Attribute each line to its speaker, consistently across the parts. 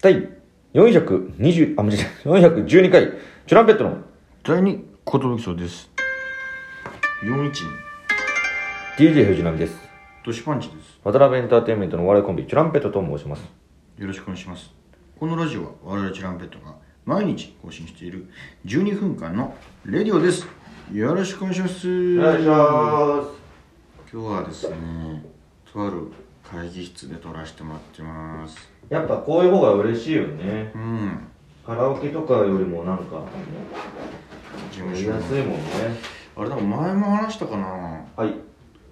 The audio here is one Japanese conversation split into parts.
Speaker 1: 第420あ間違えた412回チュランペットの
Speaker 2: 第2寿賞です41
Speaker 1: DJ 藤波です
Speaker 2: 年パンチです
Speaker 1: 渡辺エンターテインメントのお笑いコンビチュランペットと申します
Speaker 2: よろしくお願いしますこのラジオは我々チランペットが毎日更新している12分間のレディオですよろしくお願いします今日はですねとある会議室で撮らせてもらってます
Speaker 1: やっぱこういう方が嬉しいよね
Speaker 2: うん
Speaker 1: カラオケとかよりもなんか
Speaker 2: 事務所の
Speaker 1: いもんね
Speaker 2: あれでも前も話したかな
Speaker 1: はい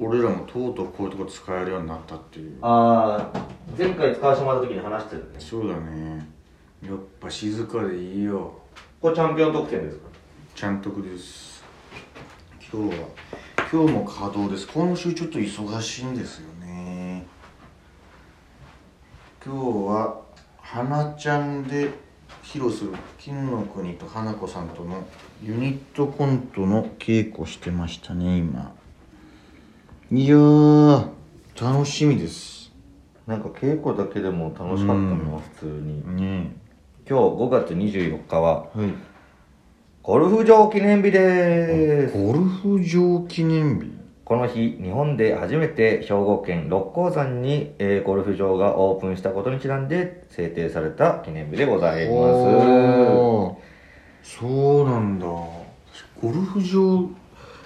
Speaker 2: 俺らもとうとうこういうとこ使えるようになったっていう
Speaker 1: ああ前回使わせてもらった時に話してるね
Speaker 2: そうだねやっぱ静かでいいよ
Speaker 1: これチャンピオン特典ですか
Speaker 2: ちゃんとくです今日は今日も稼働です今週ちょっと忙しいんですよね今日は花ちゃんで披露する金の国と花子さんとのユニットコントの稽古してましたね今いやー楽しみです
Speaker 1: なんか稽古だけでも楽しかったの普通に
Speaker 2: ね
Speaker 1: 今日5月24日は
Speaker 2: えはい
Speaker 1: ゴルフ場記念日です
Speaker 2: ゴルフ場記念日
Speaker 1: この日日本で初めて兵庫県六甲山に、えーゴルフ場がオープンしたことにちなんで制定された記念日でございます
Speaker 2: おーそうなんだゴルフ場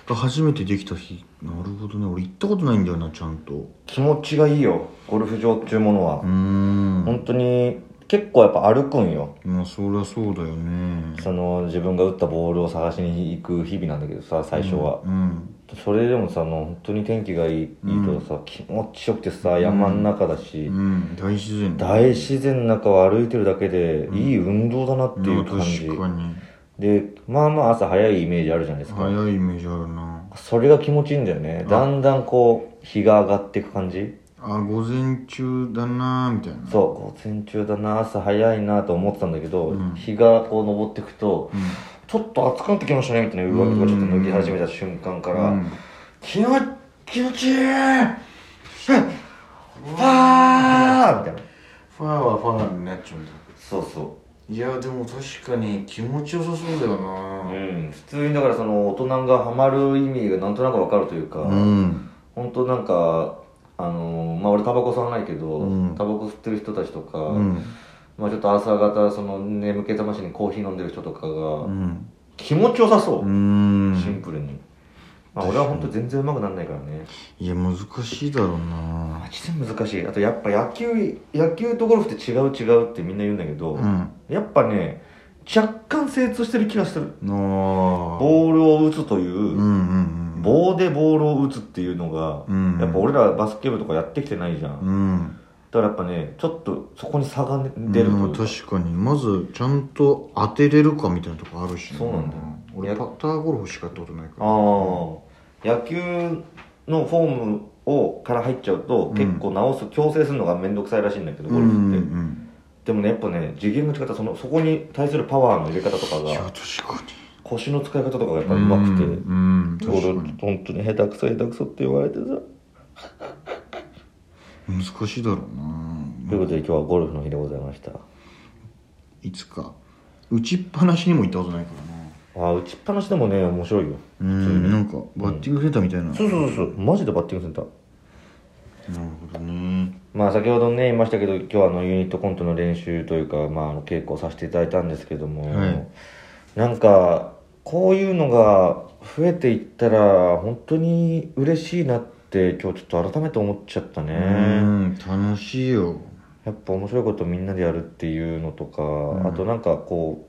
Speaker 2: が初めてできた日なるほどね俺行ったことないんだよなちゃんとう
Speaker 1: 気持ちがいいよゴルフ場っていうものは、
Speaker 2: ーん
Speaker 1: 本当に結構やっぱ歩くんよ
Speaker 2: まあそりゃそうだよね
Speaker 1: その自分が打ったボールを探しに行く日々なんだけどさ最初は、
Speaker 2: うん
Speaker 1: それでもさもう本当に天気がいい,、いいとさ気持ちよくてさ山の中だし、
Speaker 2: うん大自然だ
Speaker 1: 大自然の中を歩いてるだけで、いい運動だなっていう感じ
Speaker 2: 確かに
Speaker 1: でまあまあ朝早いイメージあるじゃないですか、
Speaker 2: 早いイメージあるな
Speaker 1: それが気持ちいいんだよねだんだんこう日が上がっていく感じ
Speaker 2: あ午前中だなみたいな
Speaker 1: そう午前中だな朝早いなと思ってたんだけど、日がこう昇っていくと、ちょっと暑くなってきましたねみたいな上着とかちょっと脱ぎ始めた瞬間から、気持ち気持ちいいああみたいな
Speaker 2: ファーはファーになっちゃうんだ
Speaker 1: そうそ
Speaker 2: いやでも確かに気持ちよさそうだよ
Speaker 1: う
Speaker 2: な
Speaker 1: うん普通にだからその大人がハマる意味がなんとなくわかるというか、
Speaker 2: うん
Speaker 1: 本当なんかあのーまあ俺タバコ吸わないけど、タバコ吸ってる人たちとか、まあちょっと朝方その眠気覚ましにコーヒー飲んでる人とかが、
Speaker 2: うん
Speaker 1: 気持ちよさそう
Speaker 2: う、ん
Speaker 1: シンプルに、まあ、俺は本当全然うまくならないからね
Speaker 2: いや難しいだろうな
Speaker 1: マジで難しいあとやっぱ野球野球とゴルフって違う違うってみんな言うんだけど、
Speaker 2: うん
Speaker 1: やっぱね若干精通してる気がする
Speaker 2: の
Speaker 1: ボールを打つという、
Speaker 2: うんうん
Speaker 1: 棒でボールを打つっていうのが、
Speaker 2: うん
Speaker 1: やっぱ俺らバスケ部とかやってきてないじゃん、
Speaker 2: うんうん
Speaker 1: だからやっぱねちょっとそこに差が出ると
Speaker 2: う
Speaker 1: い
Speaker 2: ん
Speaker 1: うか
Speaker 2: 確かにまずちゃんと当てれるかみたいなとこあるし
Speaker 1: そうなんだよ
Speaker 2: 俺パッターゴルフしかやったことないから
Speaker 1: あー野球のフォームをから入っちゃうと、
Speaker 2: ん
Speaker 1: 結構直す矯正するのが面倒くさいらしいんだけどゴ
Speaker 2: う
Speaker 1: ル
Speaker 2: ん
Speaker 1: フって、
Speaker 2: うん
Speaker 1: でもねやっぱね次元の違ったそのそこに対するパワーの入れ方とか
Speaker 2: うんいや
Speaker 1: が
Speaker 2: 確かに
Speaker 1: 腰の使い方とかがやっぱりうまくて、
Speaker 2: うんうん確
Speaker 1: 俺
Speaker 2: かに
Speaker 1: 本当に下手くそ下手くそって言われてさ、
Speaker 2: 難しいだろう
Speaker 1: という
Speaker 2: な
Speaker 1: ことで今日はゴルフの日でございました
Speaker 2: いつか打ちっぱなしにも行ったことないからな
Speaker 1: ああ打ちっぱなしでもね面白いよ
Speaker 2: うんなんかバッティングセンターみたいななる
Speaker 1: そうそうそうそうマジでバッティングセンター
Speaker 2: ほどね
Speaker 1: まあ先ほどね言いましたけど今日はあのユニットコントの練習というか、まあ、あの稽古をさせていただいたんですけども、
Speaker 2: はい
Speaker 1: なんかこういうのが増えていったら本当に嬉しいなって今日ちょっと改めて思っちゃったね、
Speaker 2: うん楽しいよ
Speaker 1: やっぱ面白いことみんなでやるっていうのとか、あとなんかこ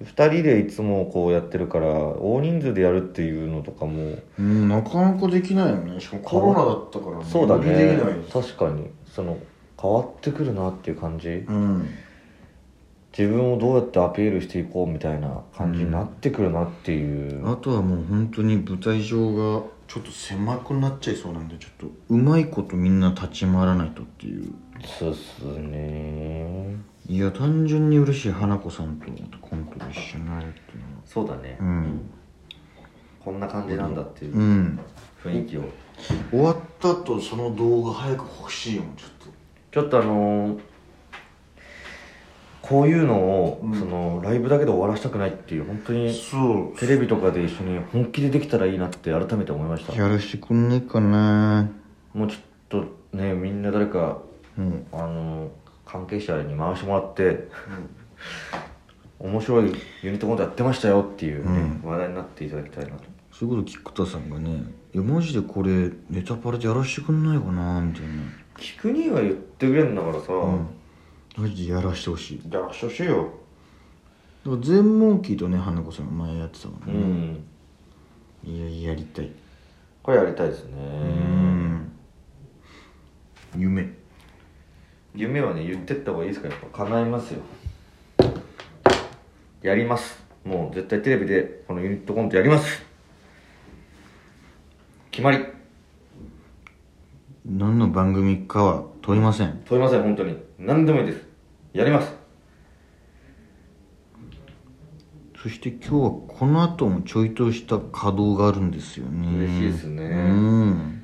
Speaker 1: う2人でいつもこうやってるから大人数でやるっていうのとかも
Speaker 2: うん、なかなかできないよねしかもコロナだったからね
Speaker 1: そうだ
Speaker 2: よりで
Speaker 1: ね
Speaker 2: きないです
Speaker 1: 確かにその変わってくるなっていう感じ
Speaker 2: うん
Speaker 1: 自分をどうやってアピールしていこうみたいな感じになってくるなっていう、
Speaker 2: あとはもう本当に舞台上がちょっと狭くなっちゃいそうなんでちょっとうまいことみんな立ち回らないとっていう
Speaker 1: そうっすね
Speaker 2: いや単純に嬉しい花子さんとコントで一緒になれるっていうのは
Speaker 1: そうだね、
Speaker 2: うん、
Speaker 1: こんな感じなんだっていう
Speaker 2: うん、
Speaker 1: 雰囲気を
Speaker 2: 終わった後その動画早く欲しいもんちょっと
Speaker 1: ちょっとあのーこういうのを、
Speaker 2: うん
Speaker 1: そのライブだけで終わらせたくないっていう本当に
Speaker 2: そ
Speaker 1: テレビとかで一緒に本気でできたらいいなって改めて思いました
Speaker 2: やらしてくんねえかな
Speaker 1: もうちょっとねみんな誰か
Speaker 2: うん
Speaker 1: あの関係者に回してもらって、面白いユニットコントやってましたよっていう、ね話題になっていただきたいなと
Speaker 2: それこそ菊田さんがね「いやマジでこれネタパレでやらしてくんないかな」みたい
Speaker 1: 菊兄が言ってくれるんだからさ、
Speaker 2: な、うん、マジでやらしてほしい
Speaker 1: やらしてほしいよ
Speaker 2: だから全モーキーとね花子さんが前やってたも
Speaker 1: うん
Speaker 2: ね、
Speaker 1: ん
Speaker 2: いややりたい
Speaker 1: これやりたいですね、
Speaker 2: うん夢
Speaker 1: 夢はね言ってった方がいいですからやっぱ叶いますよやりますもう絶対テレビでこのユニットコントやります決まり
Speaker 2: 何の番組かは問いません
Speaker 1: 問いません本当に何でもいいですやります
Speaker 2: そして今日はこの後もちょいとした稼働があるんですよね
Speaker 1: 嬉しいですね
Speaker 2: うん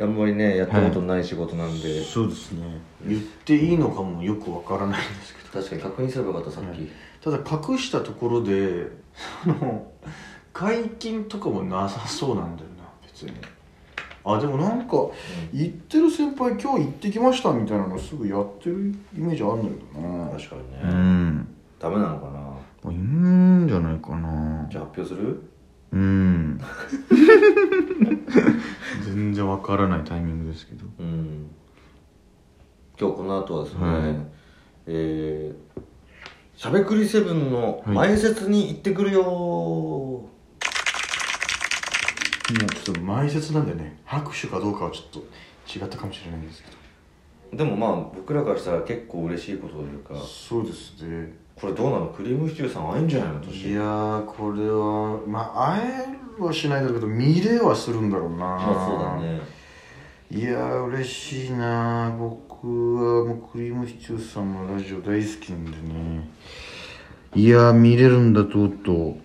Speaker 1: あんまりねやったことない仕事なんで、
Speaker 2: そうですね言っていいのかもよくわからないんですけど
Speaker 1: 確かに確認すればよかったさっき、
Speaker 2: ただ隠したところで その解禁とかもなさそうなんだよな別にあでもなんか行ってる先輩今日行ってきましたみたいなのすぐやってるイメージあるんだけどな
Speaker 1: 確かにね、
Speaker 2: うん
Speaker 1: ダメなのかな
Speaker 2: まあいいんじゃないかな
Speaker 1: じゃあ発表する
Speaker 2: うん 全然わからないタイミングですけど
Speaker 1: うん今日この後はですね、
Speaker 2: はい
Speaker 1: えー、しゃべくりセブンの前説に行ってくるよー、
Speaker 2: もうちょっと前説なんでね拍手かどうかはちょっと違ったかもしれないんですけど
Speaker 1: でもまあ僕らからしたら結構嬉しいことというか
Speaker 2: そうですね
Speaker 1: これどうなのクリームシチューさん会えんじゃないの年
Speaker 2: いやーこれはまあ会えはしないだろうけど見れはするんだろうな、
Speaker 1: まあそうだね
Speaker 2: いやー嬉しいなー僕はもうクリームシチューさんのラジオ大好きなんでねいやー見れるんだとうと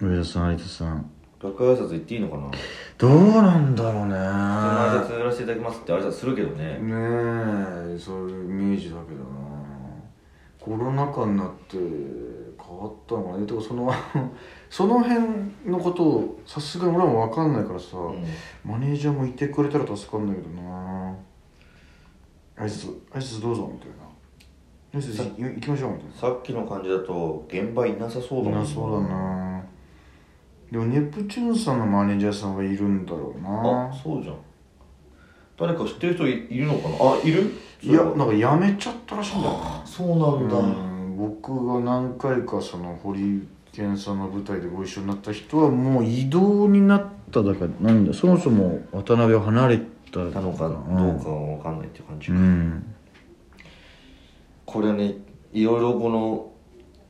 Speaker 2: う上田さん有田さん
Speaker 1: 楽屋挨拶行っていいのかな
Speaker 2: どうなんだろうね
Speaker 1: 前説やらせていただきますって挨拶するけどね
Speaker 2: ねえそういうイメージだけどなコロナ禍になって変わったのかねてかその その辺のことをさすがに俺らも分かんないからさ、
Speaker 1: うん
Speaker 2: マネージャーもいてくれたら助かるんだけどな挨拶挨拶どうぞみたいな挨拶い行きましょうみたいな
Speaker 1: さっきの感じだと現場いなさそうだもん
Speaker 2: なそうだなでもネプチューンさんのマネージャーさんはいるんだろうな
Speaker 1: あそうじゃん誰か知ってる人いいるのかなあいる
Speaker 2: いやなんかやめちゃったらしいんだよな
Speaker 1: そうなんだ、
Speaker 2: うん僕が何回かその堀健さんの舞台でご一緒になった人はもう異動になっただからなんだそもそも渡辺を離れた
Speaker 1: なのかどうかは分かんないっていう感じか、
Speaker 2: ん
Speaker 1: これねいろいろこの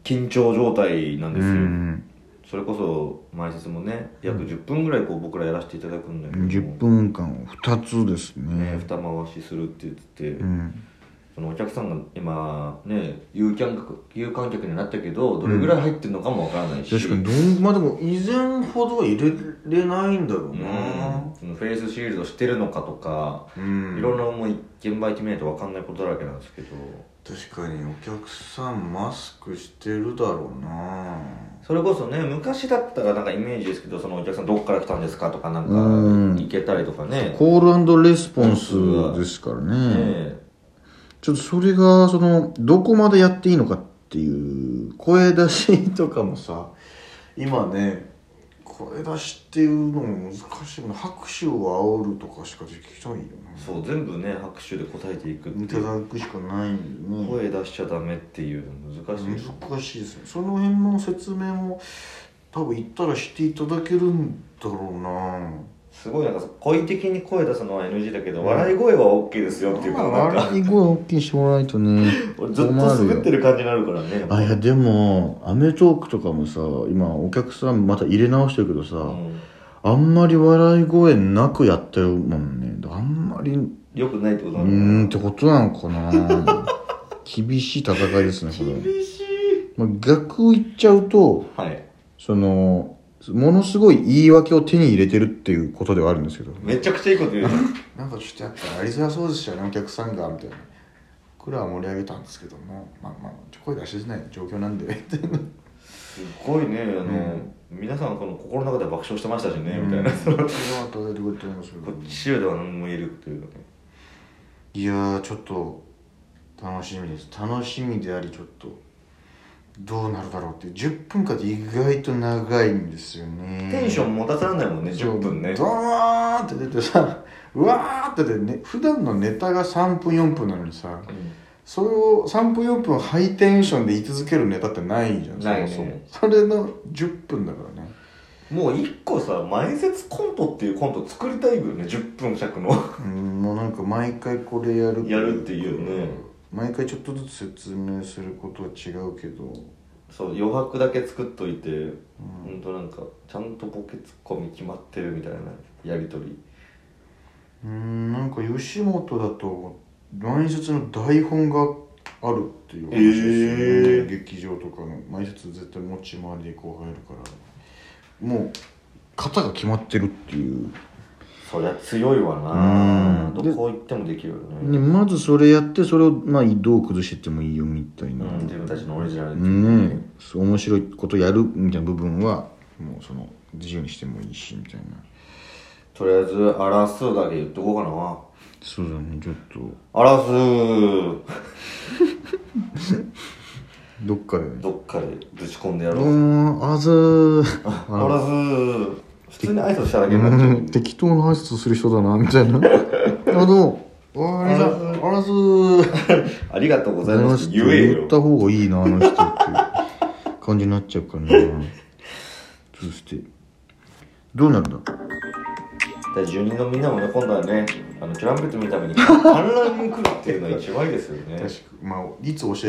Speaker 1: 緊張状態なんですよ、それこそ前説もね約10分ぐらいこう僕らやらせていただくんだけども
Speaker 2: 10分間を2つです
Speaker 1: ね
Speaker 2: ね
Speaker 1: 二回しするって言ってて、
Speaker 2: うん
Speaker 1: そのお客さんが今ね有観客有観客になったけどどれぐらい入ってるのかも分からないし、
Speaker 2: 確かにどんまあでも以前ほどは入れれないんだろ
Speaker 1: う
Speaker 2: うんな
Speaker 1: そのフェイスシールドしてるのかとか
Speaker 2: うん
Speaker 1: いろんなもう現場行ってみないと分かんないことだらけなんですけど
Speaker 2: 確かにお客さんマスクしてるだろうな
Speaker 1: それこそね昔だったらなんかイメージですけどそのお客さんどこから来たんですかとかなんか
Speaker 2: うん
Speaker 1: 行けたりとかね
Speaker 2: コールレスポンスですから
Speaker 1: ね
Speaker 2: ね
Speaker 1: え
Speaker 2: ちょっとそれがそのどこまでやっていいのかっていう声出しとかもさ今ね声出しっていうのも難しいもんね拍手を煽るとかしかできないよな
Speaker 1: そう全部ね拍手で答えていくっ
Speaker 2: い
Speaker 1: て
Speaker 2: た
Speaker 1: いう
Speaker 2: だくしかないんでね
Speaker 1: 声出しちゃダメっていうの難しいですね
Speaker 2: 難しいですねその辺の説明も多分言ったらしていただけるんだろうな
Speaker 1: すごいなんか故意的に声出すのは NG だけど、笑い声は OK ですよっていうかなんか
Speaker 2: 悪い声大きいしてもらわないと ね
Speaker 1: 俺ずっと滑ってる感じになるからね
Speaker 2: あいやでも『アメトーーク』とかもさ今お客さんまた入れ直してるけどさ、
Speaker 1: うん
Speaker 2: あんまり笑い声なくやってるもんね。あんまり、う
Speaker 1: よくないってこと
Speaker 2: ー
Speaker 1: なん
Speaker 2: っ
Speaker 1: だ
Speaker 2: てことなのか な厳しい戦いですね、これ。
Speaker 1: 厳しい
Speaker 2: まあ、逆言っちゃうと、
Speaker 1: はい
Speaker 2: その、ものすごい言い訳を手に入れてるっていうことではあるんですけど。
Speaker 1: めちゃくちゃいいこと言うじゃん
Speaker 2: なんかちょっとやっぱやりづらそうですよね、お客さんが、みたいな。僕らは盛り上げたんですけどもまあまあ声出しづらい状況なんで
Speaker 1: すごいねあの、
Speaker 2: うん
Speaker 1: 皆さんこの心の中で爆笑してましたしね、
Speaker 2: うん
Speaker 1: みたいなそのこ
Speaker 2: それは届いてくれてるんですけど
Speaker 1: っちよりは何も言えるというかね
Speaker 2: いやーちょっと楽しみです楽しみでありちょっとどうなるだろうっていう10分間って意外と長いんですよね
Speaker 1: テンション持たせられないもんね10分ね
Speaker 2: ドーンって出てさうわーって出て、ね、普段のネタが3分4分なのにさそれを3分4分ハイテンションで言い続けるネタってないじゃん
Speaker 1: ないね
Speaker 2: そもそもそれの10分だからね
Speaker 1: もう一個さ前説コントっていうコント作りたいよね10分尺の
Speaker 2: うんもうなんか毎回これやる
Speaker 1: やるっていうね
Speaker 2: 毎回ちょっとずつ説明することは違うけど
Speaker 1: そう余白だけ作っといて、ほんとなんかちゃんとボケツッコミ決まってるみたいなやり取り
Speaker 2: うーんなんか吉本だと前説の台本があるっていう話ですよね、劇場とかの前説絶対持ち回りでこう入るからもう型が決まってるっていう、
Speaker 1: そりゃ強いわな
Speaker 2: うん
Speaker 1: どこ行ってもできるよね
Speaker 2: ね、まずそれやってそれを、まあ、どう崩してってもいいよみたいな、
Speaker 1: うん自分たちのオリジナルっていう
Speaker 2: ねえそう面白いことやるみたいな部分はもうその自由にしてもいいしみたいな
Speaker 1: とりあえず「あらす」だけ言ってこうかな
Speaker 2: そうだねちょっと
Speaker 1: 「あらす
Speaker 2: どっかで」
Speaker 1: どっかでぶち込んでや
Speaker 2: ど
Speaker 1: ろ
Speaker 2: う
Speaker 1: う
Speaker 2: もあずー
Speaker 1: 「あらす」普通に挨拶しただけになっちゃう
Speaker 2: うん 適当な挨拶する人だなみたいなあのあれだあらずー
Speaker 1: ありがとうござい
Speaker 2: あら
Speaker 1: ま
Speaker 2: ず
Speaker 1: すっ
Speaker 2: ー
Speaker 1: て言え
Speaker 2: 言
Speaker 1: よ
Speaker 2: った方がいいなあの人っていう感じになっちゃうからなそしてどうなるんだ
Speaker 1: で住人のみんなもね今度はねあのトランペット見るために観覧に来るっていうのが一番いいですよね
Speaker 2: まあいつ教え